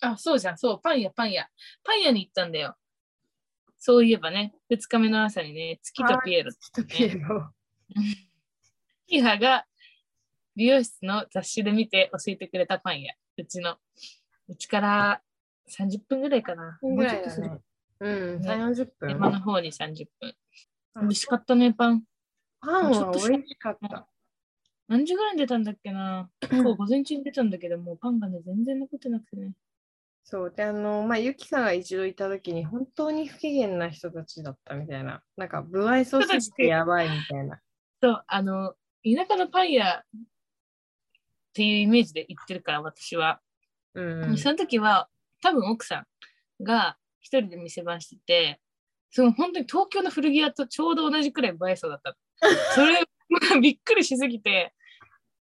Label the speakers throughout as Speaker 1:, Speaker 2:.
Speaker 1: あ、そうじゃん、そう、パン屋、パン屋。パン屋に行ったんだよ。そういえばね、2日目の朝にね、月とピエロ、
Speaker 2: ちょっとピエロ。
Speaker 1: キハが美容室の雑誌で見て教えてくれたパン屋、うちの。うちから30分ぐらいかな。
Speaker 2: ぐらい
Speaker 1: もうち
Speaker 2: だ
Speaker 1: ょっとする
Speaker 2: ね。うん、
Speaker 1: ね
Speaker 2: 3、40分。
Speaker 1: 山の方に30分。
Speaker 2: あ
Speaker 1: 美味しかったね、パン。
Speaker 2: パン
Speaker 1: ちょ
Speaker 2: は
Speaker 1: っとし
Speaker 2: 美味しかった。
Speaker 1: 何時ぐらいに出たんだっけ な今日午前中に出たんだけど、もうパンがね、全然残ってなくてね。
Speaker 2: そう。で、あの、まあ、ゆきさんが一度いたときに、本当に不機嫌な人たちだったみたいな。なんか、不愛想すぎてやばいみたいな。
Speaker 1: そう、あの、田舎のパン屋っていうイメージで行ってるから、私は。
Speaker 2: うん。
Speaker 1: その時は多分奥さんが一人で店番しててその本当に東京の古着屋とちょうど同じくらい映えそうだ ったのそれ、まあ、びっくりしすぎて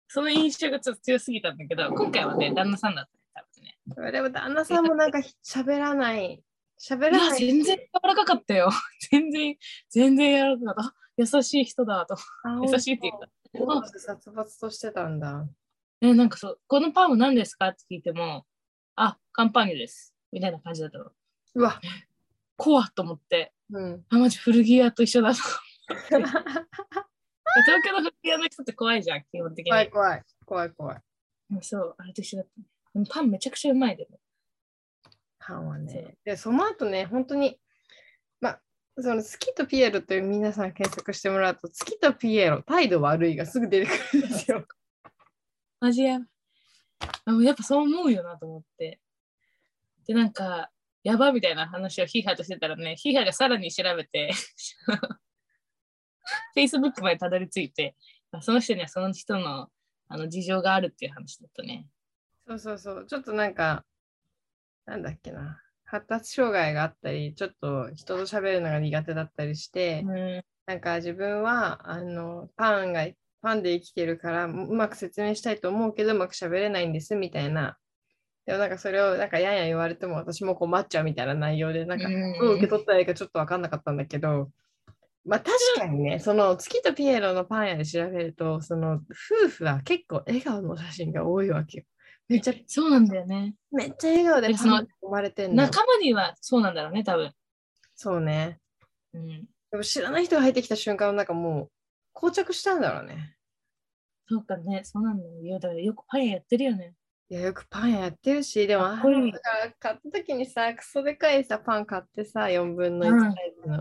Speaker 1: その印象がちょっと強すぎたんだけど今回はね旦那さんだったね多分ね
Speaker 2: でも、旦那さんもなんか、喋らない。喋ら
Speaker 1: いや
Speaker 2: ない。
Speaker 1: 全然柔らかかったよ 全然全然柔らかかったあ優しい人だと
Speaker 2: あ
Speaker 1: 優しいって言った
Speaker 2: 本当大きく殺伐としてたんだ。
Speaker 1: ね、なんかそう、このパンは何ですかって聞いても、あ、カンパーニュです。みたいな感じだったの。
Speaker 2: うわ。
Speaker 1: 怖っと思って、
Speaker 2: うん。
Speaker 1: あ、マジ古着屋と一緒だと。東京の古着屋の人って怖いじゃん、基本的に。
Speaker 2: 怖い怖い。怖い怖い。
Speaker 1: そう、あれと一緒だったね。でもパンめちゃくちゃうまいでも。
Speaker 2: パンは
Speaker 1: そう
Speaker 2: ね。で、その後ね、本当に、まあ、その月とピエロという皆さん検索してもらうと、月とピエロ、態度悪いがすぐ出てくるんですよ。
Speaker 1: マジやばい。あもうやっぱそう思うよなと思って。で、なんか、やばみたいな話をヒーハーとしてたらね、ヒーハーがさらに調べて、Facebook までたどり着いて、あその人にはその人のあの事情があるっていう話だったね。
Speaker 2: そうそうそう。ちょっとなんか、なんだっけな。発達障害があったり、ちょっと人と喋るのが苦手だったりして、
Speaker 1: うん、
Speaker 2: なんか自分はあのパンがパンで生きてるからうまく説明したいと思うけどうまく喋れないんですみたいな。でもなんかそれをなんかやんや言われても私も困っちゃうみたいな内容でなんか
Speaker 1: うん
Speaker 2: どう受け取ったらいいかちょっと分かんなかったんだけど、まあ確かにねその月とピエロのパン屋で調べるとその夫婦は結構笑顔の写真が多いわけよ。めっちゃ
Speaker 1: そうなんだよね。
Speaker 2: めっちゃ笑顔で
Speaker 1: えそ
Speaker 2: パ
Speaker 1: の
Speaker 2: ン生まれてんのよ。
Speaker 1: 仲間にはそうなんだろうね、多分。
Speaker 2: そうね。
Speaker 1: うん、
Speaker 2: でも知らない人が入ってきた瞬間なんかもう膠着したんだろうね。
Speaker 1: そうかね、そうなんだよ。いや、だからよくパン屋やってるよね。
Speaker 2: いやよくパンやってるし、でも、あ
Speaker 1: こいい
Speaker 2: のだから買った時にさ、クソでかいさ、パン買ってさ、4分の1
Speaker 1: うん
Speaker 2: サイズの。
Speaker 1: う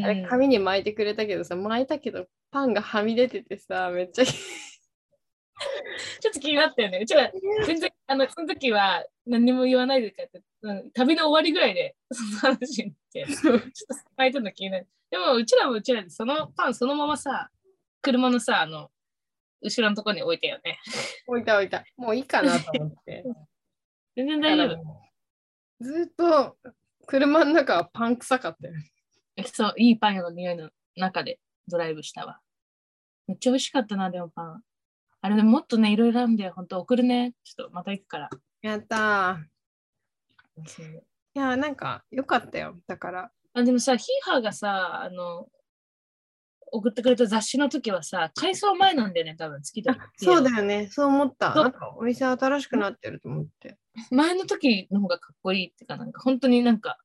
Speaker 1: ん
Speaker 2: あれ、紙に巻いてくれたけどさ、巻いたけど、パンがはみ出ててさ、めっちゃ。
Speaker 1: ちょっと気になったよね。うちら全然あのその時は何も言わないでかって、うん、旅の終わりぐらいで その話にな ってちょっと巻いてるの気になるでもうちらもうちらでそのパンそのままさ車のさあの後ろのところに置いたよね
Speaker 2: 置いた置いた。もういいかなと思って。
Speaker 1: 全然
Speaker 2: だか
Speaker 1: 大丈
Speaker 2: ら
Speaker 1: 夫
Speaker 2: ずっと車の中はパン臭かったよ。
Speaker 1: そういいパン屋の匂いの中でドライブしたわめっちゃ美味しかったなでもパンあれでももっとねいろいろあるんだよ本当送るねちょっとまた行くから
Speaker 2: やったー。いやー、なんかよかったよ。だから。
Speaker 1: あでもさヒーハーがさあの送ってくれた雑誌の時はさ改装前なんだよね多分月と
Speaker 2: あそうだ
Speaker 1: よ
Speaker 2: よね。そう思った。
Speaker 1: そう
Speaker 2: なんかお店新しくなってると思って。
Speaker 1: 前の時の方がかっこいいっていうかなんか本当になんか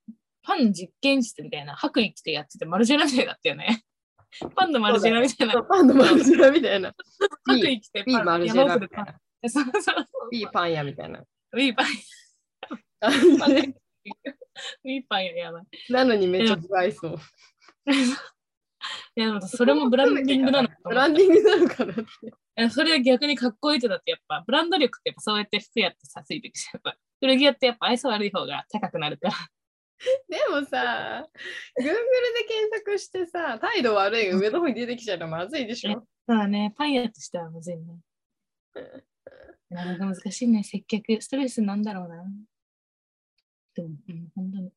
Speaker 1: パンの実験室みたいな白衣着てやっててマルジェラみたいだったよね パンのマルジェラみたいな
Speaker 2: そうパンのマルジェラみたいな。
Speaker 1: 白衣着て
Speaker 2: B マルジェラみたいな。
Speaker 1: なそうそうそう
Speaker 2: いいパン屋みたいな。
Speaker 1: いいパンパンいいパンよやばい
Speaker 2: なのにめっちゃ不愛想。
Speaker 1: いやでもそれもブランディングなのか
Speaker 2: ブ
Speaker 1: も
Speaker 2: ランディングなのかなって。
Speaker 1: いやそれは逆にかっこいいとだってやっぱブランド力ってやっぱそうやって服やってさついてくしやっぱ古着屋ってやっぱ愛想悪い方が高くなるから
Speaker 2: でもさ、Google で検索してさ、態度悪いが上の方に出てきちゃうのまずいでしょ。
Speaker 1: そうだねパン屋としてはむずいねなかなか難しいね接客ストレスなんだろうなでもうん本当に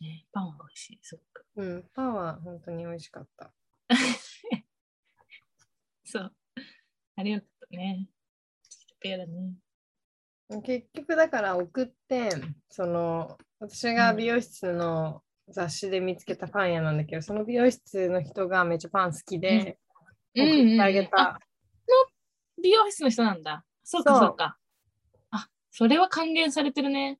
Speaker 1: ねパンは美味しいすごく
Speaker 2: うん、パンは本当に美味しかった。
Speaker 1: そうあれよかったねペアだね
Speaker 2: 結局だから送って、その、私が美容室の雑誌で見つけたパン屋なんだけど、その美容室の人がめっちゃパン好きで、
Speaker 1: うん
Speaker 2: 送ってあげ
Speaker 1: うんうん
Speaker 2: た。
Speaker 1: 美容室の人なんだそうか
Speaker 2: そう
Speaker 1: そうかあそれは還元されてるね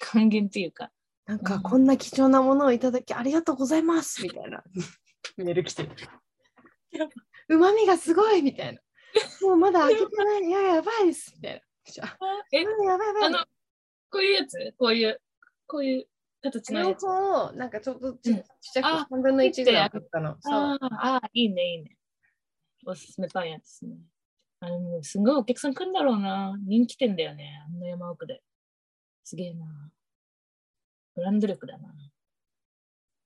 Speaker 1: 還元っていうか、
Speaker 2: なん
Speaker 1: う
Speaker 2: か、
Speaker 1: ん
Speaker 2: こんな貴重なものをいただきありがとうございますみたいな。メール来てる
Speaker 1: やば。
Speaker 2: うまみがすごいみたいな。もうまだ開けて ない。いや、やばいですみたいな。じゃあ
Speaker 1: え、
Speaker 2: うんやばいやばい。
Speaker 1: あの、こういうやつこういう、こういう形の
Speaker 2: 両
Speaker 1: やつ。
Speaker 2: 方をなんかちょっとち,、
Speaker 1: うん
Speaker 2: ちっちゃく
Speaker 1: あ
Speaker 2: 3分の1ぐらいあったの。そう
Speaker 1: あーあー、いいね、いいね。おすすめパン屋ですね。あれもうすごいお客さん来るんだろうな。人気店だよね。あんな山奥で。すげえな。ブランド力だな。
Speaker 2: い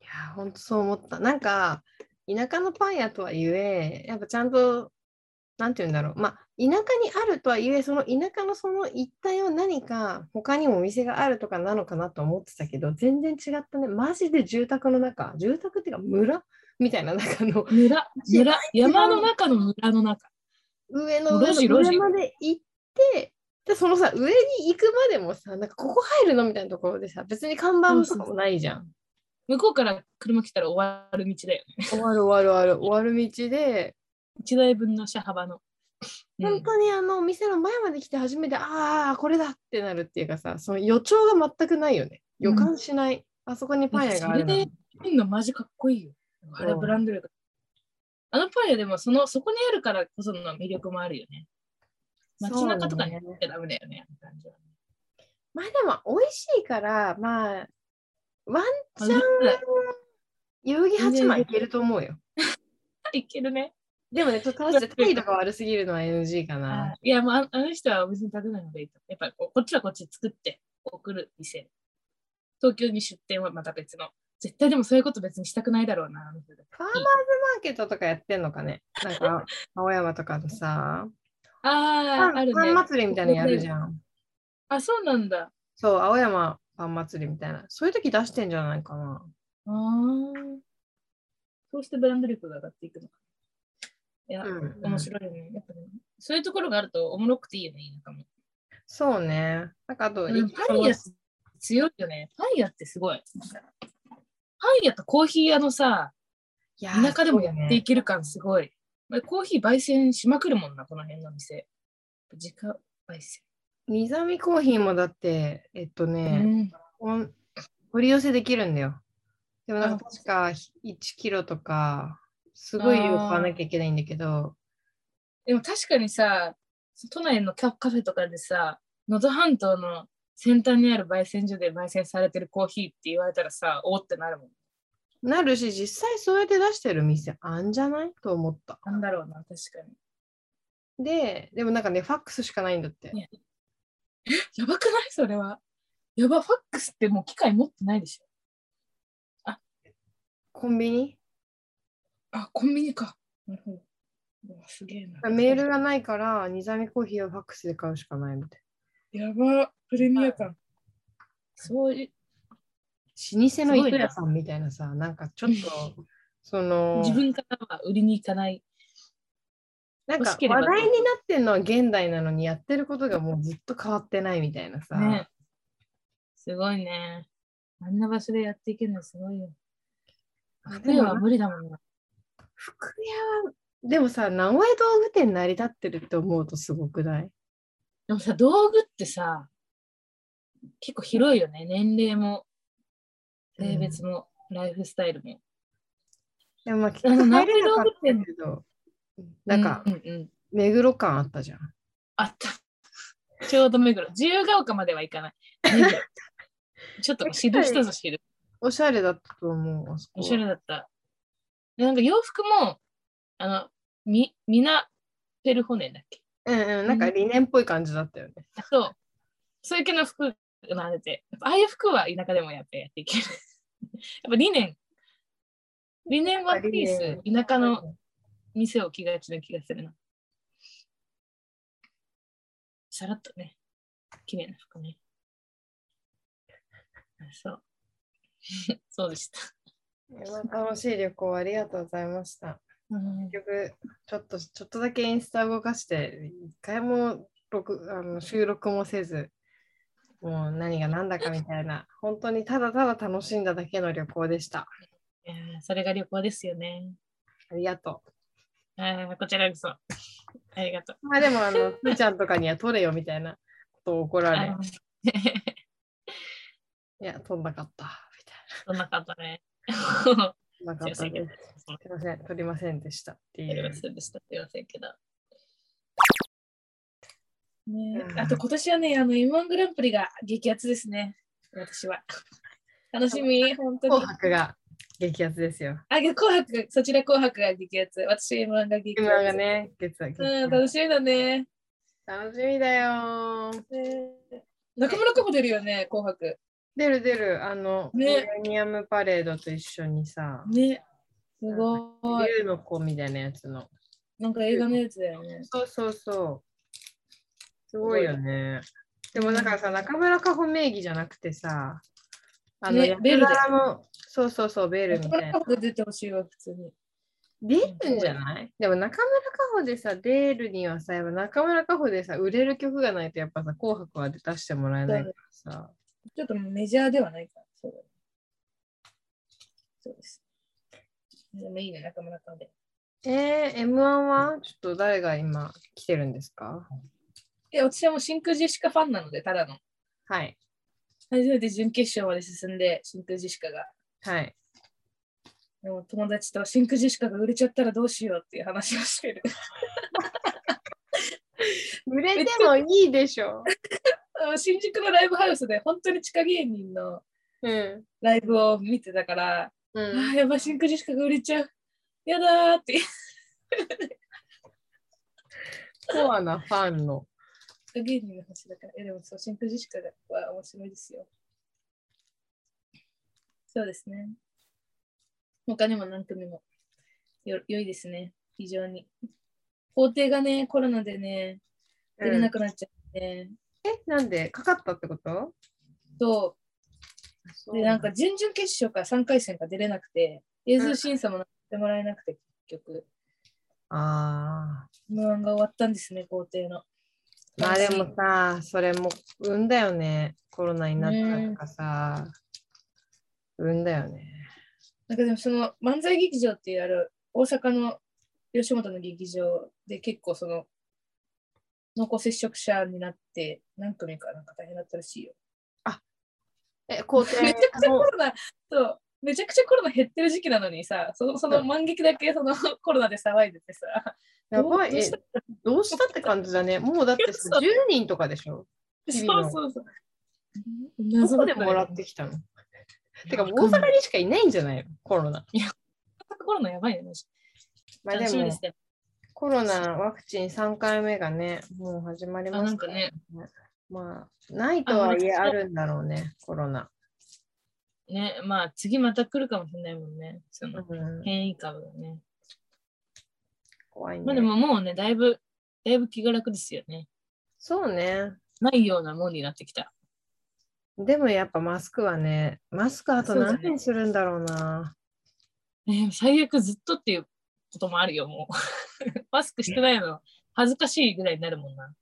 Speaker 2: や、ほんとそう思った。なんか、田舎のパン屋とはいえ、やっぱちゃんと、なんて言うんだろう。まあ、田舎にあるとはいえ、その田舎のその一帯を何か、他にもお店があるとかなのかなと思ってたけど、全然違ったね。マジで住宅の中、住宅っていうか村みたいな中の、
Speaker 1: 村、村、山の中の村の中。
Speaker 2: 上の
Speaker 1: 路地
Speaker 2: 上の
Speaker 1: 路地
Speaker 2: 上まで行って、で、そのさ、上に行くまでもさ、なんかここ入るのみたいなところでさ、別に看板も
Speaker 1: そうそうそう
Speaker 2: ないじゃん。
Speaker 1: 向こうから車来たら終わる道だよね。
Speaker 2: 終わる終わる終わる、終わる道で、
Speaker 1: 一台分の車幅の。うん
Speaker 2: 本当にあのお店の前まで来て初めて、ああこれだってなるっていうかさその予兆が全くないよね予感しない、あそこにパン屋がある
Speaker 1: そ
Speaker 2: な
Speaker 1: れで見んのマジかっこいいよ。あれ
Speaker 2: うん
Speaker 1: ブランド力。あのパン屋でもそのそこにあるからこその魅力もあるよね。街中とかに
Speaker 2: そ
Speaker 1: や
Speaker 2: うね
Speaker 1: っちゃダメだよね。あの感じは
Speaker 2: まあでも美味しいからまあワンチャン
Speaker 1: ま
Speaker 2: 遊戯8枚いけると思うよ
Speaker 1: あいけるね。
Speaker 2: でもねちょっとマジで態度が悪すぎるのは NG かな、
Speaker 1: いや、もうああの人はお店に立てないのでいいと。やっぱりここっちはこっちで作って送る店。東京に出店はまた別の。絶対でもそういうこと別にしたくないだろうな。あの人
Speaker 2: ファーマーズマーケットとかやってんのかねなん か青山とかのさパ
Speaker 1: ああ、あ
Speaker 2: ン
Speaker 1: る
Speaker 2: パン
Speaker 1: ね。
Speaker 2: 祭りみたいなのやるじゃん
Speaker 1: あ、そうなんだ。
Speaker 2: そう青山パン祭りみたいなそういう時出してんじゃないかな
Speaker 1: ああ。そうしてブランド力が上がっていくのか。いや、
Speaker 2: うん
Speaker 1: 面白いよね。やっぱね、そういうところがあるとおもろくていいよね、田舎も。
Speaker 2: そうね。なんかあと、
Speaker 1: うん
Speaker 2: 一
Speaker 1: パン屋強いよね。パン屋ってすごい。パン屋とコーヒー屋のさ、
Speaker 2: いや
Speaker 1: 田舎でもやってい
Speaker 2: く。
Speaker 1: ける感すごい。まあコーヒー焙煎しまくるもんな、この辺の店。自家焙煎。
Speaker 2: ニザミコーヒーもだって、えっとね、
Speaker 1: うん
Speaker 2: おん取り寄せできるんだよ。でもなんか
Speaker 1: あ
Speaker 2: 確か1キロとか、すごい量買わなきゃいけないんだけど、
Speaker 1: でも確かにさ、都内のカカフェとかでさ、能登半島の先端にある焙煎所で焙煎されてるコーヒーって言われたらさ、おーってなるもん。
Speaker 2: なるし、実際そうやって出してる店あんじゃないと思った。
Speaker 1: なんだろうな、確か
Speaker 2: で、でもなんかね、ファックスしかないんだって
Speaker 1: ね。に。やばくないそれは。やば、ファックスってもう機械持ってないでしょ。
Speaker 2: コンビニ
Speaker 1: あ、コンビニか。なるほど。うわすげえな。
Speaker 2: メールがないから、ニザミコーヒーをファックスで買うしかないみたい
Speaker 1: やば、プレミア感。そういう、
Speaker 2: な。老舗の
Speaker 1: すご
Speaker 2: 糸
Speaker 1: いな
Speaker 2: 屋さんみたいなさ、なんかちょっと、その、
Speaker 1: 自分からは売りに行かない。
Speaker 2: なん
Speaker 1: 欲
Speaker 2: か
Speaker 1: しけ
Speaker 2: 話
Speaker 1: れば
Speaker 2: 題になってんのは現代なのにやってることがもうずっと変わってないみたいなさ、
Speaker 1: ね。すごいね。あんな場所でやっていけるのすごいよ。
Speaker 2: あ
Speaker 1: 福
Speaker 2: で
Speaker 1: 屋
Speaker 2: も
Speaker 1: は無理だもんな。
Speaker 2: 服屋はでもさ名古屋道具店成り立ってるって思うとすごくない
Speaker 1: でもさ、道具ってさ、結構広いよね。年齢も、性別も、ライフスタイルも。
Speaker 2: でもまあ結
Speaker 1: あの
Speaker 2: 局
Speaker 1: 名
Speaker 2: 入
Speaker 1: 古
Speaker 2: れ
Speaker 1: 屋道
Speaker 2: なかっ
Speaker 1: 具
Speaker 2: た
Speaker 1: 店
Speaker 2: けどなんか
Speaker 1: うんうん。
Speaker 2: 目黒感あったじゃん、
Speaker 1: あった。ちょうど目黒。自由が丘までは行かない。目黒ちょっと知る人ぞ知る。
Speaker 2: おしゃれだったと思うあそこ
Speaker 1: おしゃれだった。でなんか洋服も、あの、み、みな、ペルホネンだっけ
Speaker 2: うんうんなんか理念っぽい感じだったよね、
Speaker 1: そう。そういう系の服があれて、やっぱああいう服は田舎でもやってやっていける。 やっぱ理念。理念ワンピース、田舎の店を着がちな気がするな。さらっとね、綺麗な服ね。あそう。 そうでした。
Speaker 2: まあ楽しい旅行ありがとうございました
Speaker 1: うん
Speaker 2: 結局ちょっとちょっとだけインスタ動かして一回も録あの収録もせずもう何が何だかみたいな本当にただただ楽しんだだけの旅行でした
Speaker 1: いやーそれが旅行ですよね。
Speaker 2: ありがと
Speaker 1: あーこちらこそ。ありがとう。
Speaker 2: うまあでもあのふーちゃんとかには撮れよみたいなことを怒ら
Speaker 1: あ
Speaker 2: れ
Speaker 1: の
Speaker 2: や、飛んなかった。みたい
Speaker 1: そんなかったね。
Speaker 2: な。飛んなかった
Speaker 1: すいませ
Speaker 2: で
Speaker 1: ん
Speaker 2: す。すいません、取りませんでしたってい
Speaker 1: やりま
Speaker 2: う。
Speaker 1: せんでした。すいませんけど。ね
Speaker 2: う、ん
Speaker 1: あと今年はね、あの M1 グランプリが激アツですね。私 は。楽しみ、本当
Speaker 2: 紅
Speaker 1: に。
Speaker 2: 白が激アツですよ。
Speaker 1: あ、いや紅白が、そちら紅白が激アツ。私 M1 が激アツ。
Speaker 2: 今がね、月は激
Speaker 1: う
Speaker 2: ア
Speaker 1: ん、
Speaker 2: ツ
Speaker 1: 楽しみだね。
Speaker 2: 楽しみだよー。
Speaker 1: 中村かも出るよね、紅白。
Speaker 2: 出る出る、あの、ミ
Speaker 1: ね
Speaker 2: レニアムパレードと一緒にさ、
Speaker 1: ね。すごい。
Speaker 2: 竜の子みたいなやつの。
Speaker 1: なんか映画のやつだよね。
Speaker 2: そうそうそう。すごいよね。でもだからさ、中村佳穂名義じゃなくてさ、あの、
Speaker 1: ね
Speaker 2: 役
Speaker 1: ベルで
Speaker 2: 柄も、そうそうそう、ベルみ
Speaker 1: 中
Speaker 2: たい
Speaker 1: 村
Speaker 2: な
Speaker 1: か。も出てほしいわ、普通に。
Speaker 2: 出るんじゃないでも中村佳穂でさ、出るにはさ、やっぱ中村佳穂でさ、売れる曲がないとやっぱさ、紅白は出してもらえないからさ。
Speaker 1: ちょっとメジャーではないから。そうだねそうです。でもいいね、中村かもで。
Speaker 2: えー、M1 はちょっと誰が今来てるんですか
Speaker 1: え、私はもう真空ジェシカファンなので、ただの。
Speaker 2: はい。
Speaker 1: 初めて準決勝まで進んで、真空ジェシカが。
Speaker 2: はい。
Speaker 1: でも友達と真空ジェシカが売れちゃったらどうしようっていう話をしてる。
Speaker 2: 売れてもいいで しょ。
Speaker 1: あの新宿のライブハウスで本当に地下芸人の
Speaker 2: うん。
Speaker 1: ライブを見てたから、
Speaker 2: う
Speaker 1: あ
Speaker 2: ん
Speaker 1: あ、やばい、真空ジェシカが売れちゃう。やだーって。
Speaker 2: コアなファ ンの。
Speaker 1: 地下芸人の話だから。え、でもそう、真空ジェシカは面白いですよ。そうですね。他にも何組もよ良いですね。非常に。法廷がね、コロナでね、出れなくなっちゃって、
Speaker 2: え、なんでかかったってこと
Speaker 1: と、で、なん
Speaker 2: か、
Speaker 1: か準々決勝から3回戦が出れなくて、映像審査もやってもらえなくて、結局、
Speaker 2: ああ。
Speaker 1: M1 が終わったんですね、皇帝の。
Speaker 2: まあでもさ、それも運だよね。コロナになったとかさ。運だよね。
Speaker 1: なんかでもその漫才劇場っていうある大阪の吉本の劇場で結構その濃厚接触者になって何組かなんか大変だったらしいよ。
Speaker 2: え、皇 帝
Speaker 1: めちゃくちゃコロナ、そう、めちゃくちゃコロナ減ってる時期なのにさ、そのその満劇だけそのコロナで騒いでてさ、
Speaker 2: やばい。
Speaker 1: どう
Speaker 2: え
Speaker 1: した
Speaker 2: どうしたって感じだね。もうだってさ
Speaker 1: そう
Speaker 2: 10人とかでしょ
Speaker 1: そ
Speaker 2: 日々
Speaker 1: う
Speaker 2: の
Speaker 1: そうそう。
Speaker 2: ど
Speaker 1: 謎
Speaker 2: こ
Speaker 1: だ
Speaker 2: で
Speaker 1: たよ
Speaker 2: もらってきたのてか、大
Speaker 1: わんない
Speaker 2: 阪にしかいないんじゃないのコロナ。
Speaker 1: コロナやばいよね。
Speaker 2: まあ
Speaker 1: 楽
Speaker 2: で
Speaker 1: しみで
Speaker 2: も
Speaker 1: す、ね。
Speaker 2: コロナワクチン3回目がね、もう始まり
Speaker 1: あ
Speaker 2: ま
Speaker 1: な
Speaker 2: す
Speaker 1: ん
Speaker 2: か
Speaker 1: からね、
Speaker 2: まあ、ないとはいえ
Speaker 1: あ
Speaker 2: あ
Speaker 1: まあ
Speaker 2: るんだろうね、コロナ。
Speaker 1: ね、まあ次また来るかもしれないもんね。その
Speaker 2: うん、
Speaker 1: 変異株がね。
Speaker 2: 怖いね。
Speaker 1: まあでももうね、だいぶ、だいぶ気が楽ですよね。
Speaker 2: そうね。
Speaker 1: ないようなもんになってきた。
Speaker 2: でもやっぱマスクはね、マスクあと
Speaker 1: そうだ
Speaker 2: 何
Speaker 1: ね
Speaker 2: 年するんだろうな。
Speaker 1: えー最悪ずっとっていうこともあるよ、もう。 マスクしてないの恥ずかしいぐらいになるもんな。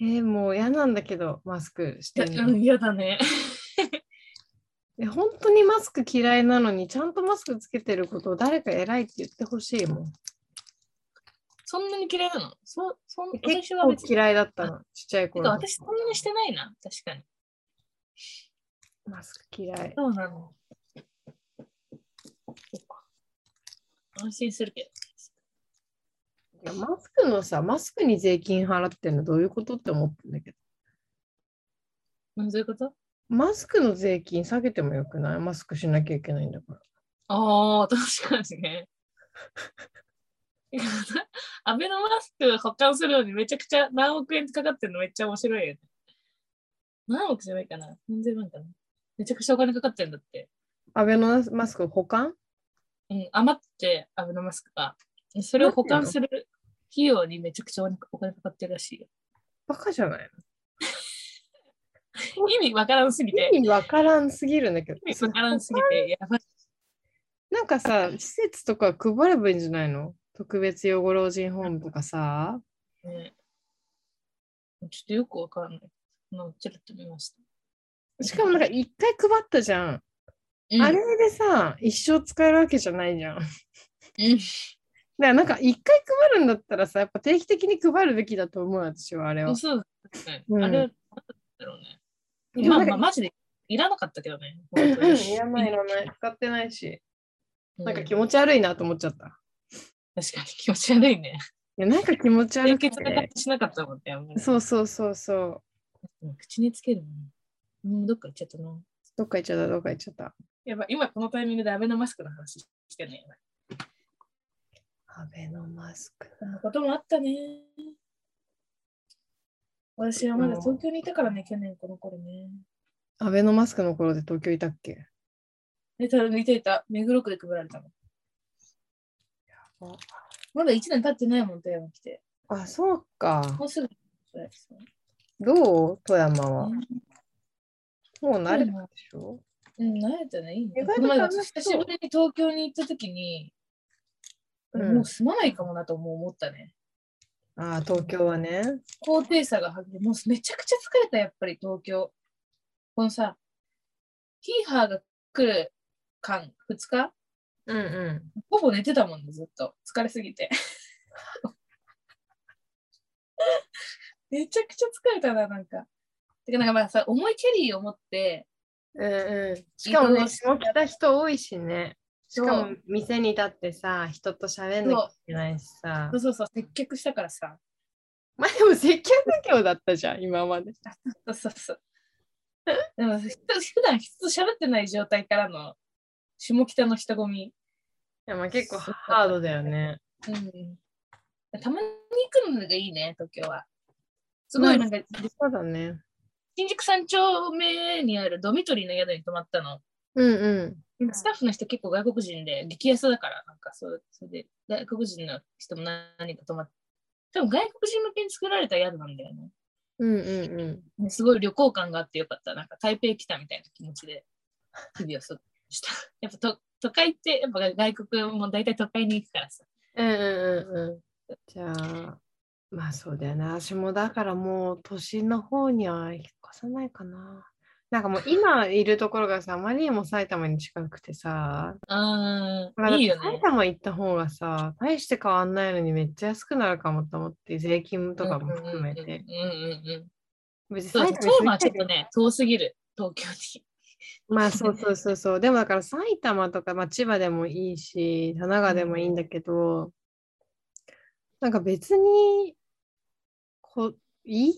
Speaker 2: えーもう嫌なんだけど、マスクしてん
Speaker 1: う
Speaker 2: の
Speaker 1: ん、。嫌だね。
Speaker 2: え本当にマスク嫌いなのに、ちゃんとマスクつけてることを誰か偉いって言ってほしいもん。
Speaker 1: そんなに嫌いなのそそん
Speaker 2: 結
Speaker 1: 私は
Speaker 2: 構
Speaker 1: 別に。て
Speaker 2: 嫌いだったの、ちっちゃい
Speaker 1: か
Speaker 2: 頃。
Speaker 1: 私そんなにしてないな、確かに。
Speaker 2: マスク嫌い。
Speaker 1: そうなの。そうか安心するけど。
Speaker 2: いやマスクのさ、マスクに税金払ってるのどういうことって思ったんだけど。
Speaker 1: うんどういうこと
Speaker 2: マスクの税金下げてもよくないマスクしなきゃいけないんだから。
Speaker 1: ああ、確かにね。 アベノマスク保管するのにめちゃくちゃ何億円かかってるのめっちゃ面白いよね。何億じゃないかな何千万かなめちゃくちゃお金かかってるんだって。
Speaker 2: アベノマスク保管
Speaker 1: うん、余ってアベノマスクが。それを保管する費用にめちゃくちゃお金かかってるらしいよ。
Speaker 2: バカじゃない
Speaker 1: 意味わからんすぎて。
Speaker 2: 意味わからんすぎるんだけど
Speaker 1: 意。味わからんすぎて。やばい。
Speaker 2: なんかさ、施設とか配ればいいんじゃないの特別養護老人ホームとかさ。
Speaker 1: ね、ちょっとよくわからない。のちょっと見ました。
Speaker 2: しかもなんか一回配ったじゃん。
Speaker 1: うん
Speaker 2: あれでさ、一生使えるわけじゃないじゃん。だか
Speaker 1: うん
Speaker 2: らなんか一回配るんだったらさ、やっぱ定期的に配るべきだと思う、私はあれは。
Speaker 1: そうだね。
Speaker 2: うん
Speaker 1: あれ、なんだろうね。
Speaker 2: でも
Speaker 1: まあ
Speaker 2: なん
Speaker 1: まあ、
Speaker 2: か
Speaker 1: マジでいらなかったけどね。本当に
Speaker 2: いらないいらない。使ってないし。
Speaker 1: う
Speaker 2: なんか気持ち悪いなと思っちゃった。
Speaker 1: 確かに気持ち悪いね。
Speaker 2: いや、なんか気持ち悪
Speaker 1: 清
Speaker 2: く
Speaker 1: 潔な感
Speaker 2: て。
Speaker 1: じしなかったもんねあんまり。
Speaker 2: そうそうそうそう。
Speaker 1: うん口につけるもん。うん、どっか行っちゃったな。
Speaker 2: どっか行っちゃった、どっか行っちゃった。
Speaker 1: やばい、今このタイミングでアベノマスクの話してね。
Speaker 2: アベノマスク。
Speaker 1: そんなこともあったね。私はまだ東京にいたからね、去年この頃ね。
Speaker 2: アベノマスクの頃で東京いたっけ
Speaker 1: え、ただ見ていた。目黒区で配られたの。
Speaker 2: ば
Speaker 1: まだ1年経ってないもん、富山来て。
Speaker 2: あ、そうか
Speaker 1: も。うすぐ。
Speaker 2: どう富山は。
Speaker 1: うん
Speaker 2: もう慣れたでしょ
Speaker 1: うん、慣れてないいいね
Speaker 2: 意外と
Speaker 1: この前
Speaker 2: 楽しそう
Speaker 1: 久しぶりに東京に行った時に、
Speaker 2: うん
Speaker 1: もう住まないかもなとも思ったね。
Speaker 2: ああ、東京はね。
Speaker 1: 高低差が激しい。もうめちゃくちゃ疲れた、やっぱり東京。このさ、ヒーハーが来る間、2日
Speaker 2: うんう
Speaker 1: ほぼ寝てたもんね、ずっと。疲れすぎて。 めちゃくちゃ疲れたな、なんか。てか、なんかまあさ、重いキャリーを持って、
Speaker 2: ん。うんうん、しかも
Speaker 1: 移
Speaker 2: ね、
Speaker 1: 動し
Speaker 2: 下北人多いしね。し
Speaker 1: そう
Speaker 2: かも店に立ってさ、人と喋んなきゃいけないしさ
Speaker 1: そう。そうそう、接客したからさ。
Speaker 2: まあでも接客業だったじゃん、今まで。
Speaker 1: そうそうそう。でも、人普段人と喋ってない状態からの下北の人混み。
Speaker 2: でも結構ハードだよね。
Speaker 1: うん。たまに行くのがいいね、東京は。すごい、なんか、
Speaker 2: そうだね。
Speaker 1: 新宿三丁目にあるドミトリーの宿に泊まったの。
Speaker 2: うんう
Speaker 1: スタッフの人結構外国人で、激安だから、なんかそう、それで、外国人の人も何人か泊まって、多分外国人向けに作られた宿なんだよね。
Speaker 2: ん。うんうんうん。
Speaker 1: ねすごい旅行感があってよかった。なんか台北来たみたいな気持ちで、日々を過ごした。 やっぱと都会って、やっぱ外国も大体都会に行くからさ。
Speaker 2: うんうんうんうん。じゃあ、まあそうだよね。私もだからもう都心の方には引っ越さないかな。なんかもう今いるところがさ、あまりにも埼玉に近くてさ、
Speaker 1: あ
Speaker 2: まあ
Speaker 1: あ、いいよ
Speaker 2: 埼
Speaker 1: ね。
Speaker 2: 玉行った方がさ、大して変わんないのにめっちゃ安くなるかもと思って、税金とかも含め
Speaker 1: うん
Speaker 2: て。
Speaker 1: うんうんうん。
Speaker 2: 別に
Speaker 1: そう
Speaker 2: 埼
Speaker 1: だね、
Speaker 2: 玉
Speaker 1: 富
Speaker 2: に住み
Speaker 1: 山はい
Speaker 2: た
Speaker 1: ちょっとね、遠すぎる、東京に。
Speaker 2: ま あそうそうそうそう。でもだから埼玉とか、まあ、千葉でもいいし、神奈川でもいいんだけど、なんか別にこいい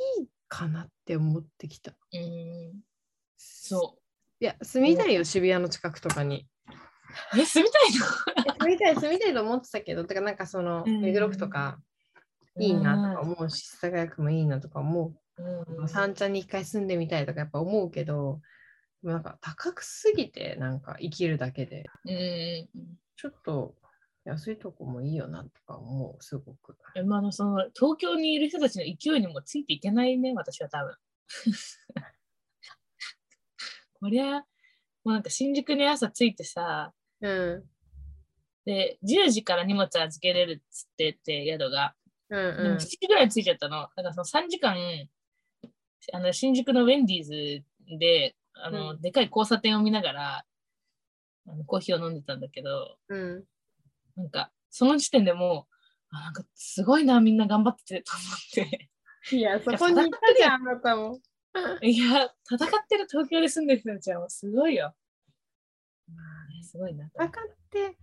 Speaker 2: かなって思ってきた。
Speaker 1: うん、そ
Speaker 2: いや、住みたいよ、渋谷の近くとか に。
Speaker 1: う。え、住みたいの
Speaker 2: 住みたい、住みたいと思ってたけど、てかなんかその、
Speaker 1: うん
Speaker 2: 目黒区とかいいなとか思うし、世田谷区もいいなとか思う。
Speaker 1: うん
Speaker 2: 三茶に一回住んでみたいとかやっぱ思うけど、でもなんか高くすぎて、なんか生きるだけで。
Speaker 1: うんうん
Speaker 2: ちょっと安いとこもいいよなとか思う、すごく。
Speaker 1: うん。まあ、あのその東京にいる人たちの勢いにもついていけないね、私は多分。 こりゃ、もうなんか新宿に朝着いてさ、
Speaker 2: うん。
Speaker 1: で、10時から荷物預けれるっつってって、宿が。
Speaker 2: うん
Speaker 1: でも7
Speaker 2: う
Speaker 1: 時ぐらいに着いちゃったの。だからその3時間、あの新宿のウェンディーズで、あの、
Speaker 2: うん
Speaker 1: でかい交差点を見ながら、あのコーヒーを飲んでたんだけど、
Speaker 2: ん。うん。
Speaker 1: なんか、その時点でもう、あなんかすごいな、みんな頑張っててと思って。
Speaker 2: いや、そこに行ったじゃん、あなたも。
Speaker 1: いや、戦ってる東京で住んでる人たちはもうすごいよ。すごいな。
Speaker 2: 戦って、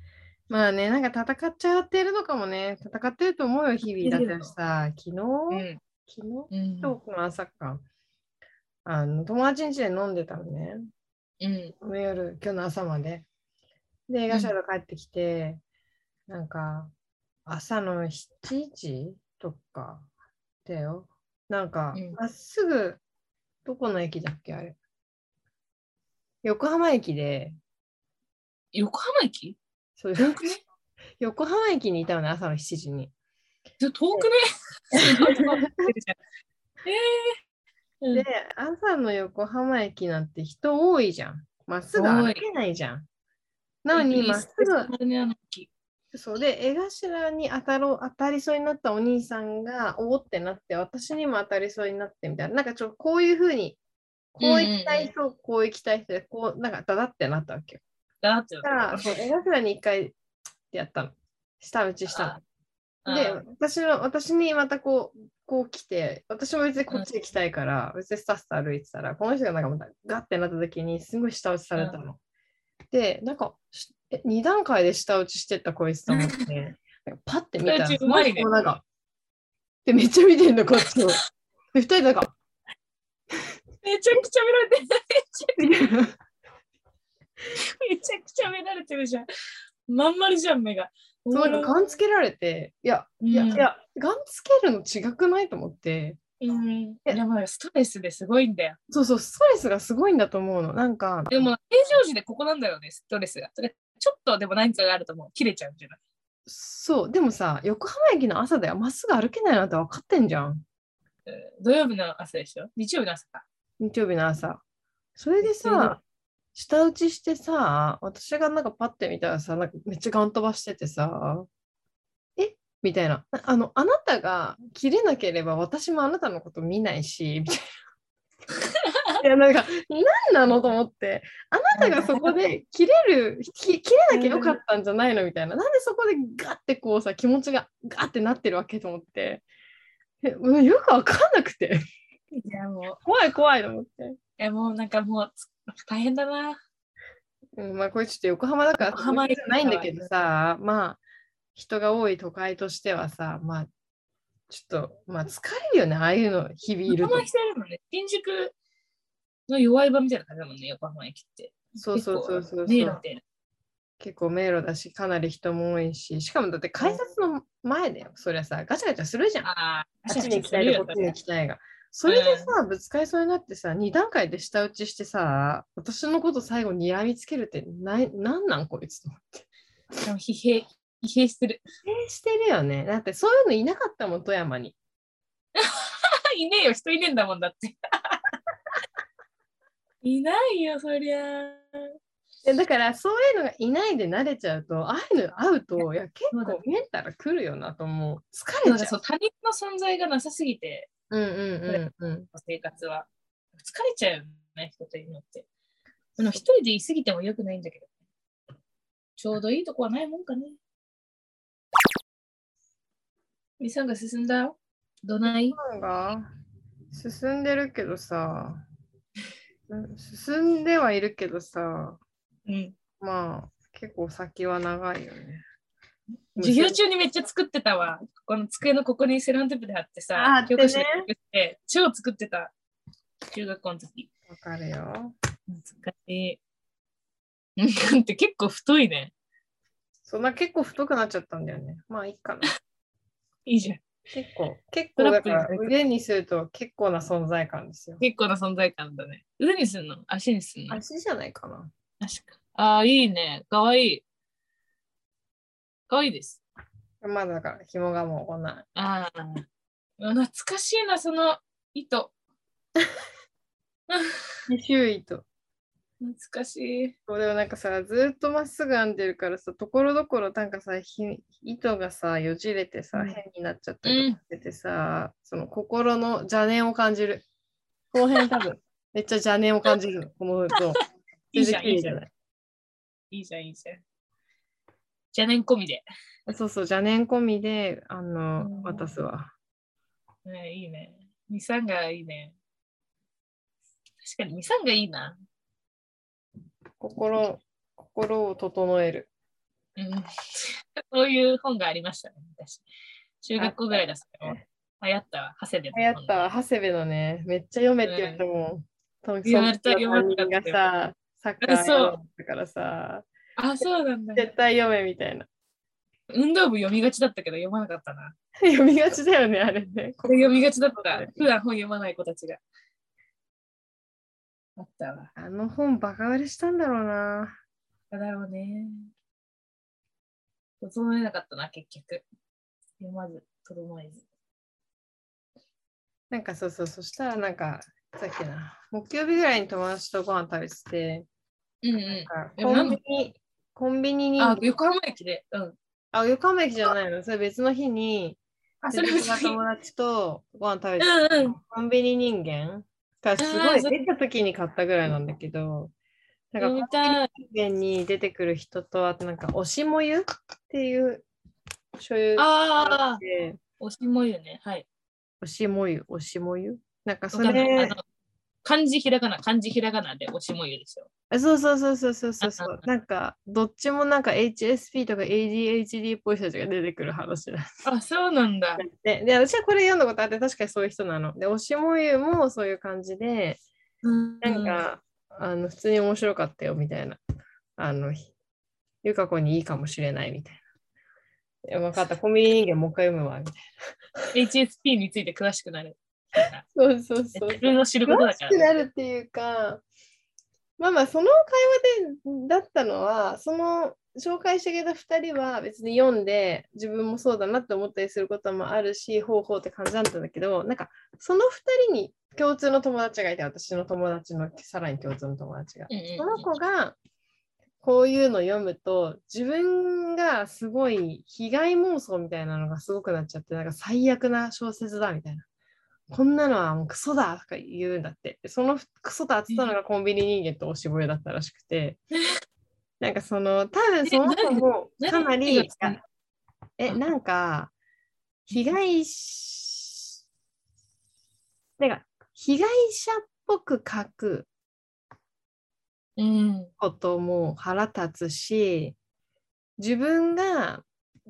Speaker 2: まあね、なんか戦っちゃってるのかもね、戦ってると思うよ、日々。だってさ、昨日、
Speaker 1: うん。
Speaker 2: 昨日、
Speaker 1: うん。
Speaker 2: 今日の朝か。あの友達ん家で飲んでたのね、
Speaker 1: うん。
Speaker 2: この夜、今日の朝まで。で、映画シャドウ帰ってきて、なんか、朝の7時とかだよ。なんか
Speaker 1: うん、
Speaker 2: ま、っすぐ、どこの駅だっけ、あれ。横浜駅で、
Speaker 1: 横浜駅
Speaker 2: そう
Speaker 1: 遠くね
Speaker 2: 横浜駅にいたのね、朝の7時に。
Speaker 1: ちょ遠く ねすごい遠くってるじゃんええうん
Speaker 2: で、朝の横浜駅なんて人多いじゃん。まっすぐ歩けないじゃん。なのに、まっすぐそうで、江頭に当たろう、当たりそうになったお兄さんが、おおってなって、私にも当たりそうになってみたいな、なんかちょっとこういうふうに、こう行きたい人、こう行きたい人で、こう、なんかダダってなったわけよ。
Speaker 1: だって
Speaker 2: だから、そう江頭に一回ってやったの。下打ちしたの。で、私の、私にまたこう、こう来て、私も別にこっち行きたいから、別にスタスタ歩いてたら、この人がなんかまたガッてなった時に、すごい下打ちされたの。で、なんか、しえ2段階で下打ちしてったこいつと思って、なんかパッて見たら、
Speaker 1: 下打ちうまいね
Speaker 2: こうなんか、で、めっちゃ見てんの、こっちを。で、2人なん か、
Speaker 1: めちゃくちゃ見られてる。めちゃくちゃ見られてるじゃん。まん丸じゃん、目が。
Speaker 2: そうなんか、ガンつけられて、いや、いや、
Speaker 1: うん
Speaker 2: いや、ガンつけるの違くないと思って、
Speaker 1: うん、でもストレスですごいんだよ。
Speaker 2: そうそう、ストレスがすごいんだと思うの。なんか、
Speaker 1: でも、平常時でここなんだよね、ストレスが。それちょっとでも何かがあるともう切れちゃうんじゃない
Speaker 2: そう、でもさ、横浜駅の朝だよ、まっすぐ歩けないなんて分かってんじゃん、
Speaker 1: うん土曜日の朝でしょ日曜日の朝か。
Speaker 2: 日曜日の朝。それでさ、下打ちしてさ、私がなんかパッて見たらさ、なんかめっちゃガン飛ばしててさ、えみたいな。ああの、あなたが切れなければ私もあなたのこと見ないし、みたいな。いやなんか何なのと思ってあなたがそこで切れるき切れなきゃよかったんじゃないのみたいななんでそこでガッてこうさ気持ちがガッてなってるわけと思ってえもうよくわかんなくて
Speaker 1: いや、もう、い
Speaker 2: 怖い怖いと思って。
Speaker 1: やもうなんかもうつ大変だな。
Speaker 2: うん、まあこれちょっと横浜だから
Speaker 1: 横浜
Speaker 2: そういうことじゃないんだけどさ、まあ人が多い都会としてはさ、まあちょっと、まあ疲れるよね、ああいうの日々いる
Speaker 1: 横
Speaker 2: と
Speaker 1: 浜。人いるもんね。新宿の弱い場みたいな感じだもんね、横浜駅って。
Speaker 2: そうそうそうそ
Speaker 1: 迷
Speaker 2: うそ
Speaker 1: 路み
Speaker 2: う。
Speaker 1: たいな。
Speaker 2: 結構迷路だし、かなり人も多いし、しかもだって改札の前だよ、そりゃさ、ガチャガチャするじゃん。あ
Speaker 1: ああ、
Speaker 2: っちに行きたいとこっちに行きたいが。それでさ、ぶつかりそうになってさ、2段階で下打ちしてさ、私のこと最後に睨みつけるってない、なんなんこいつと思って。
Speaker 1: でも疲弊、疲弊する。
Speaker 2: 否定してるよね。だってそういうのいなかったもん、富山に。
Speaker 1: いねえよ、人いねえんだもんだって。 いないよ、そりゃ。
Speaker 2: えだからそういうのがいないで慣れちゃうと、ああいうの会うと、いや結
Speaker 1: そうだ
Speaker 2: 構メンタルくるよなと思う。
Speaker 1: な
Speaker 2: 疲
Speaker 1: ん
Speaker 2: れ
Speaker 1: か
Speaker 2: ちゃ。
Speaker 1: そうう他人の存在がなさすぎて、
Speaker 2: うんうんうんうん。
Speaker 1: 生活は。疲れちゃうよね、人というのって。あの一人でいすぎてもよくないんだけど。ちょうどいいとこはないもんかね。ミサンが進んだどない
Speaker 2: なんか進んでるけどさ、うん進んではいるけどさ、
Speaker 1: うん。
Speaker 2: まあ結構先は長いよね。
Speaker 1: 授業中にめっちゃ作ってたわ。この机のここにセロンテープで貼って
Speaker 2: あ
Speaker 1: さ
Speaker 2: ー、
Speaker 1: 教科書
Speaker 2: 貼
Speaker 1: で
Speaker 2: ってね
Speaker 1: 作って、超作ってた。中学校の時。
Speaker 2: わかるよ。
Speaker 1: 懐かしい。 なんて結構太いね。
Speaker 2: そんな結構太くなっちゃったんだよね。まあいいかな。
Speaker 1: いいじゃん。
Speaker 2: 結構、結
Speaker 1: トラ
Speaker 2: 構だ
Speaker 1: ップ
Speaker 2: か
Speaker 1: に
Speaker 2: ら腕にすると結構な存在感ですよ。
Speaker 1: 結構な存在感だね。腕にすんの足にすんの
Speaker 2: 足じゃないかな。
Speaker 1: 足か。ああ、いいね。かわいい。かわいいです。
Speaker 2: まだだから紐がもうこんな。
Speaker 1: ああ。懐かしいな、その糸。
Speaker 2: 周囲と。
Speaker 1: 懐かしい。
Speaker 2: これをなんかさ、ずーっとまっすぐ編んでるからさ、ところどころなんかさ、ひ糸がさ、よじれて
Speaker 1: う
Speaker 2: さ、
Speaker 1: ん
Speaker 2: 変になっちゃったりとかしててさ、その心の邪念を感じる。この辺多分、 めっちゃ邪念を感じるの。この糸。
Speaker 1: いいじゃん
Speaker 2: 全然綺麗ない
Speaker 1: いいじゃん、いいじゃん。じゃねん込みで。
Speaker 2: そうそう、邪念込みで、あの、
Speaker 1: うん
Speaker 2: 渡すわ。
Speaker 1: ね、いいね。ミサンがいいね。確かにミサンがいいな。
Speaker 2: 心、心を整える。
Speaker 1: うん、 そういう本がありましたね、私。中学校ぐらいだったよ。流行ったわ、ハセで。
Speaker 2: 流行ったわ、長谷部のね、めっちゃ読めって言われたもん。
Speaker 1: 言われた
Speaker 2: トンソンの担任
Speaker 1: 言われ
Speaker 2: がさ、サッカー
Speaker 1: そう
Speaker 2: やったからさ、
Speaker 1: あ、そうなんだ。
Speaker 2: 絶対読めみたいな。
Speaker 1: 運動部読みがちだったけど読まなかったな。
Speaker 2: 読みがちだよね、あれね。
Speaker 1: これ読みがちだった。普段本読まない子たちが。あったわ。
Speaker 2: あの本バカ売れしたんだろうな。
Speaker 1: だろうね。整えなかったな、結局。読まず、整えず。
Speaker 2: なんかそうそう、そしたらなんか、さっきな、木曜日ぐらいに友達とご飯食べてて、
Speaker 1: うんう
Speaker 2: なん
Speaker 1: ん。
Speaker 2: か
Speaker 1: え
Speaker 2: コンビニ、コンビニに、
Speaker 1: あ、横浜駅で。うん。
Speaker 2: あ、横浜駅じゃないの、それ別の日に、
Speaker 1: あ、そ
Speaker 2: 自
Speaker 1: れ別
Speaker 2: 分が
Speaker 1: に。
Speaker 2: 友達とご飯食べてて
Speaker 1: うんうん。
Speaker 2: コンビニ人間がすご
Speaker 1: あー
Speaker 2: い
Speaker 1: そう
Speaker 2: 出た時に買ったぐらいなんだけど、なんか
Speaker 1: 読みたい。
Speaker 2: コンビニ人間に出てくる人と、あとなんか推しもゆっていう醤油
Speaker 1: ああ、
Speaker 2: で、
Speaker 1: おしもゆね。はい。
Speaker 2: おしもゆ、おしもゆなんか
Speaker 1: わ
Speaker 2: そ
Speaker 1: かんないあ
Speaker 2: れ
Speaker 1: の、漢字ひらがな、漢字ひらがなでおしもゆですよ。
Speaker 2: あそうそうそうそうそうそうそ
Speaker 1: ああ
Speaker 2: う。なんか、どっちもなんか HSP とか ADHD っぽい人たちが出てくる話 なん
Speaker 1: あ、そうなんだ。
Speaker 2: で。で、私はこれ読んだことあって、確かにそういう人なの。で、おしもゆもそういう感じで、
Speaker 1: うん
Speaker 2: なんか、あの、普通に面白かったよみたいな。あの、ひゆか子にいいかもしれないみたいな。いや分かった、コンビニ人間もう一回読むわ、みたい
Speaker 1: HSP について詳しくなる。
Speaker 2: な。そうそうそう
Speaker 1: 自。分の知ることだか
Speaker 2: 詳しく
Speaker 1: ら。
Speaker 2: なるっていうか、まあまあ、その会話でだったのは、その紹介してあげた2人は別に読んで、自分もそうだなって思ったりすることもあるし、ほうほうって感じだったんだけど、なんか、その2人に共通の友達がいて、私の友達のさらに共通の友達が。
Speaker 1: うんうんうん
Speaker 2: その子がこういうの読むと自分がすごい被害妄想みたいなのがすごくなっちゃってなんか最悪な小説だみたいなこんなのはもうクソだとか言うんだってでそのクソだって言ったのがコンビニ人間とおしぼりだったらしく てなんかその多分その子も
Speaker 1: え
Speaker 2: かな
Speaker 1: 何
Speaker 2: り
Speaker 1: 何
Speaker 2: えなんか被害しなんか被害者っぽく書く
Speaker 1: うん。
Speaker 2: ことも腹立つし自分が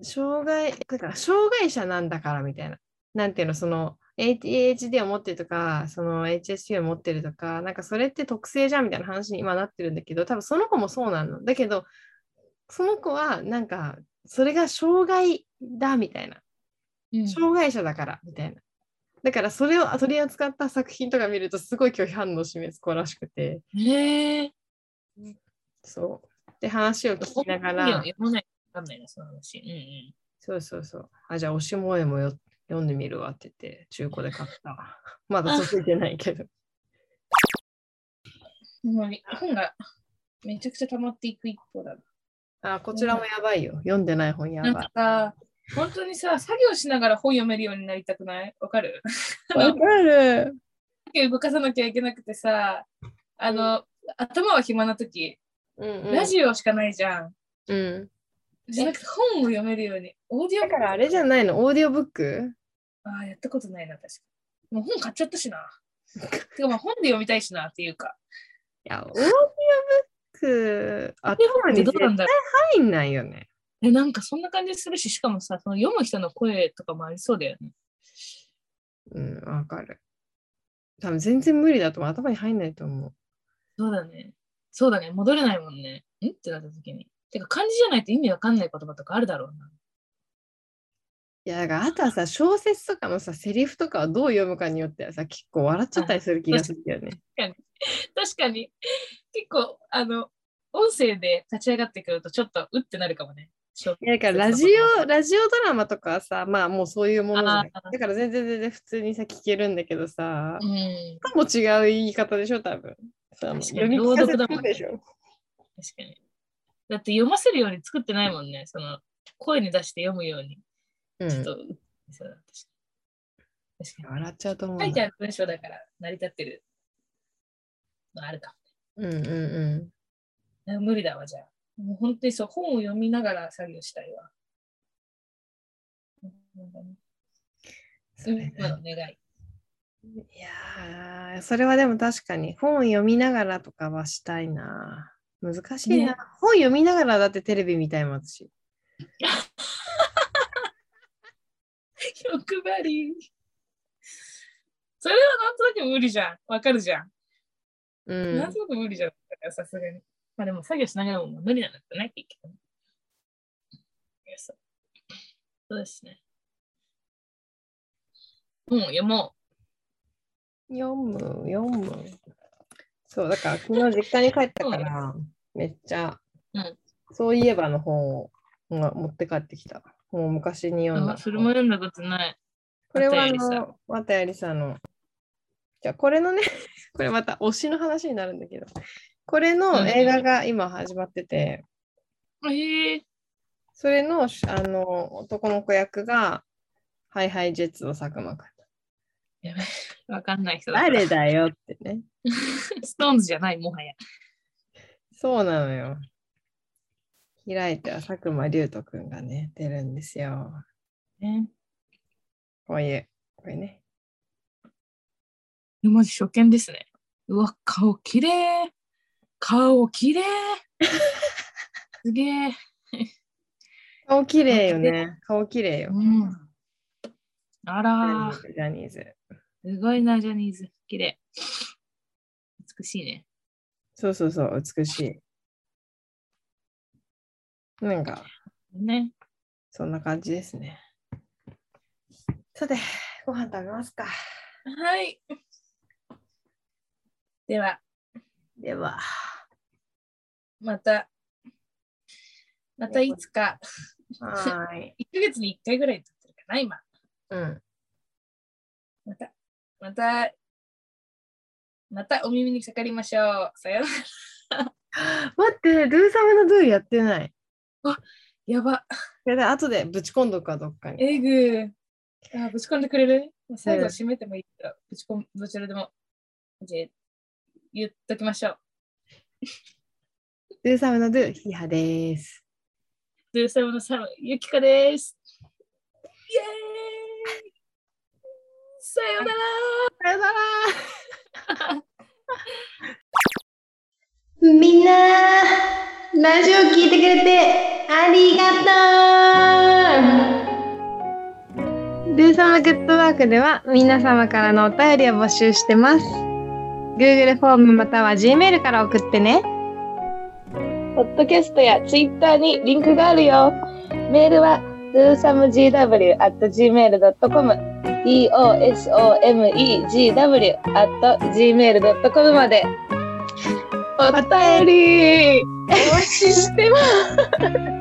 Speaker 2: 障害だから障害者なんだからみたいななんていうのその ADHD を持ってるとかその HSP を持ってるとかなんかそれって特性じゃんみたいな話に今なってるんだけど多分その子もそうなのだけどその子はなんかそれが障害だみたいな
Speaker 1: うん
Speaker 2: 障害者だからみたいな。だからそれを取り扱った作品とか見るとすごい拒否反応を示す子らしくて。
Speaker 1: へえ。
Speaker 2: そう。で、話を聞きなが
Speaker 1: 本
Speaker 2: ら、
Speaker 1: 読まないとわかんないな、その話。うん
Speaker 2: そうそうそう。あ、じゃあ、おしもえもよ読んでみるわって言って、中古で買った。 まだ届いてないけど。
Speaker 1: うん。ほんまに本がめちゃくちゃ溜まっていく一方だな。
Speaker 2: あ、こちらもやばいよ。読んでない本や
Speaker 1: なん
Speaker 2: ばい
Speaker 1: か。さ、本当にさ、作業しながら本読めるようになりたくない わかる
Speaker 2: わかる。
Speaker 1: 手動かさなきゃいけなくてさ、あの、頭は暇な時、
Speaker 2: うんうん、
Speaker 1: ラジオしかないじゃん。
Speaker 2: うん。
Speaker 1: じゃなくて本を読めるように。オーディオ
Speaker 2: だからあ
Speaker 1: れ
Speaker 2: れじゃないの、オーディオブック
Speaker 1: ああ、やったことないな、確かに。もう本買っちゃったしな。てかまあ本で読みたいしなっていうか。
Speaker 2: いや、オーディオブック、頭に
Speaker 1: ど
Speaker 2: 絶
Speaker 1: うなん
Speaker 2: 対
Speaker 1: だろ
Speaker 2: 入んないよね。
Speaker 1: うえなんかそんな感じするし、しかもさ、その読む人の声とかもありそうだよね。
Speaker 2: うん、わかる。多分全然無理だと思う。頭に入んないと思う。
Speaker 1: そうだね。そうだね。戻れないもんね。んってなった時に。てか漢字じゃないと意味わかんない言葉とかあるだろうな。
Speaker 2: いやだからあとはさ小説とかのさセリフとかをどう読むかによってはさ結構笑っちゃったりする気がするよね。
Speaker 1: 確かに、結構、あの、音声で立ち上がってくるとちょっとうってなるかもね。
Speaker 2: いやだからラジオラジオドラマとかはさまあもうそういうものじゃない
Speaker 1: あー
Speaker 2: だから全然全然普通にさ聞けるんだけどさ、
Speaker 1: うん。
Speaker 2: もう違う言い方でしょ多分。さ
Speaker 1: 確かに
Speaker 2: 読み聞かせてるでしょ。
Speaker 1: 確かに。だって読ませるように作ってないもんね。その声に出して読むように。
Speaker 2: う
Speaker 1: ちょっ
Speaker 2: ん
Speaker 1: と、そうだ確かに。確か
Speaker 2: 笑っちゃうと思う
Speaker 1: に。
Speaker 2: な。
Speaker 1: 書いてある文章だから成り立ってるのあるか
Speaker 2: うんうんうん。
Speaker 1: も。無理だわ、じゃあ。もう本当にそう、本を読みながら作業したいわ。なんかね
Speaker 2: それね
Speaker 1: 今の願い。
Speaker 2: いやーそれはでも確かに本読みながらとかはしたいな。難しいな。
Speaker 1: ね
Speaker 2: 本読みながらだってテレビ見たいもん私。
Speaker 1: 欲張り。それはなんとなく無理じゃん。わかるじゃん。
Speaker 2: うん、
Speaker 1: なんとなく無理じゃん。だからさすがに。まあでも作業しながらも無理なんだってないって言うけどね。いやそうそうですね。もう読も
Speaker 2: 読む、読む。そう、だから昨日実家に帰ったから、めっちゃ、
Speaker 1: うん
Speaker 2: そういえばの本をが持って帰ってきた。もう昔に
Speaker 1: う。
Speaker 2: 読ん
Speaker 1: あ
Speaker 2: だ。
Speaker 1: それも読んだことない。
Speaker 2: これはあ
Speaker 1: 綿矢りさ
Speaker 2: の、綿やりさんの。じゃあこれのね、 これまた推しの話になるんだけど、これ
Speaker 1: う
Speaker 2: の
Speaker 1: ん
Speaker 2: 映画が今始まってて、
Speaker 1: へえ
Speaker 2: それのしあの男の子役が、ハイハイジェッツの佐久間君。
Speaker 1: やべえわかんない人だ。
Speaker 2: 誰だよってね。
Speaker 1: ストーンズじゃない、もはや。
Speaker 2: そうなのよ。開いては佐久間龍斗くんがね、出るんですよ。
Speaker 1: ね。
Speaker 2: こういう、これね。
Speaker 1: マジ初見ですね。うわ、顔きれい。顔き れい。すげえ。
Speaker 2: 顔綺麗よね。顔綺麗よ。
Speaker 1: うん。あ
Speaker 2: ジ
Speaker 1: らー、
Speaker 2: ャニーズジャニーズ。
Speaker 1: すごいな、ジャニーズ。きれい。美しいね。
Speaker 2: そうそうそう、美しい。なんか、
Speaker 1: ね。
Speaker 2: そんな感じですね。さて、ご飯食べますか。
Speaker 1: はい。では、
Speaker 2: では、
Speaker 1: また、またいつか、
Speaker 2: はーい。
Speaker 1: 1ヶ月に1回ぐらい撮ってるかな、今。
Speaker 2: うん。
Speaker 1: また、また、またお耳にかかりましょう。さよなら。
Speaker 2: 待って、ルーサムのドゥやってない。
Speaker 1: やば。
Speaker 2: これで後でぶち込んどくか、どっかに。
Speaker 1: えぐー。あぶち込んでくれる最後締めてもいいから、ぶち込む、どちらでも。じゃあ言っときましょう。
Speaker 2: ルーサムのドゥ、ヒハです。
Speaker 1: ドゥーサムのサム、ゆきかです。イエーイさよなら
Speaker 2: さよなら
Speaker 3: みんな、ラジオ聞いてくれてありがと
Speaker 2: ルーサムグッドワークでは皆様からのお便りを募集してます。Google フォームまたは Gmail から送ってね。
Speaker 4: ポッドキャストやツイッターにリンクがあるよ。メールは dosamegw.gmail.com dosomegw.gmail.com まで。お便りお待ちしてます。